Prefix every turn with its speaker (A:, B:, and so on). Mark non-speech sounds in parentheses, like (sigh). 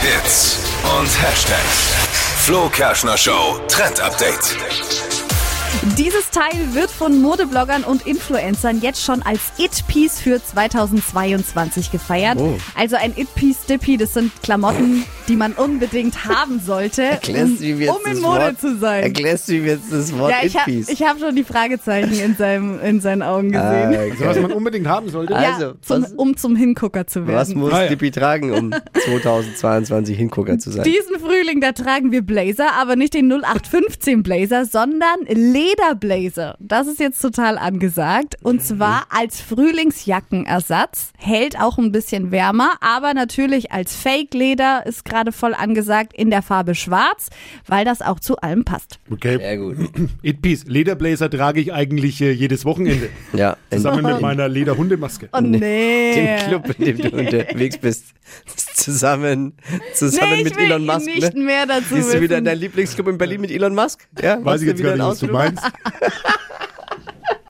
A: Hits und Hashtags. Flo Kerschner Show Trend Update.
B: Dieses Teil wird von Modebloggern und Influencern jetzt schon als It-Piece für 2022 gefeiert.
C: Oh.
B: Also ein It-Piece Dippy, das sind Klamotten, die man unbedingt haben sollte, um,
C: Erklärst du ihm jetzt
B: um in
C: das
B: Mode
C: Wort,
B: zu sein.
C: Erklärst du ihm jetzt das Wort
B: Ja, ich habe
C: It-Piece?
B: hab schon die Fragezeichen in, seinem, in seinen Augen gesehen.
C: Ah,
D: So Also was
C: okay.
D: man unbedingt haben sollte.
B: ja,
C: also,
B: zum,
C: was-
B: um zum Hingucker zu werden.
C: Was muss
D: Ah, ja.
C: Dippy tragen, um 2022 Hingucker zu sein?
B: Diesen Frühling, da tragen wir Blazer, aber nicht den 0815 Blazer, sondern Lederblazer. Das ist jetzt total angesagt. Und
C: Mhm.
B: zwar als Frühlingsjackenersatz. Hält auch ein bisschen wärmer, aber natürlich als Fake-Leder ist gerade voll angesagt in der Farbe schwarz, weil das auch zu allem passt.
D: Okay.
C: Sehr gut.
D: It Peace. Lederblazer trage ich eigentlich äh, jedes Wochenende.
C: Ja, in
D: Zusammen mit meiner Lederhundemaske.
B: Oh nee.
C: dem Club, in dem
B: (laughs)
C: du unterwegs bist. Zusammen, zusammen
B: nee, ich
C: mit
B: will
C: Elon Musk.
B: nicht
C: Ne?
B: mehr dazu
C: Bist du wieder
B: wissen.
C: in deinem Lieblingsclub in Berlin mit Elon Musk? Ja,
D: Weiß
C: machst
D: ich
C: du
D: jetzt
C: wieder
D: gar nicht,
C: einen
D: was du
C: Ausflug?
D: meinst.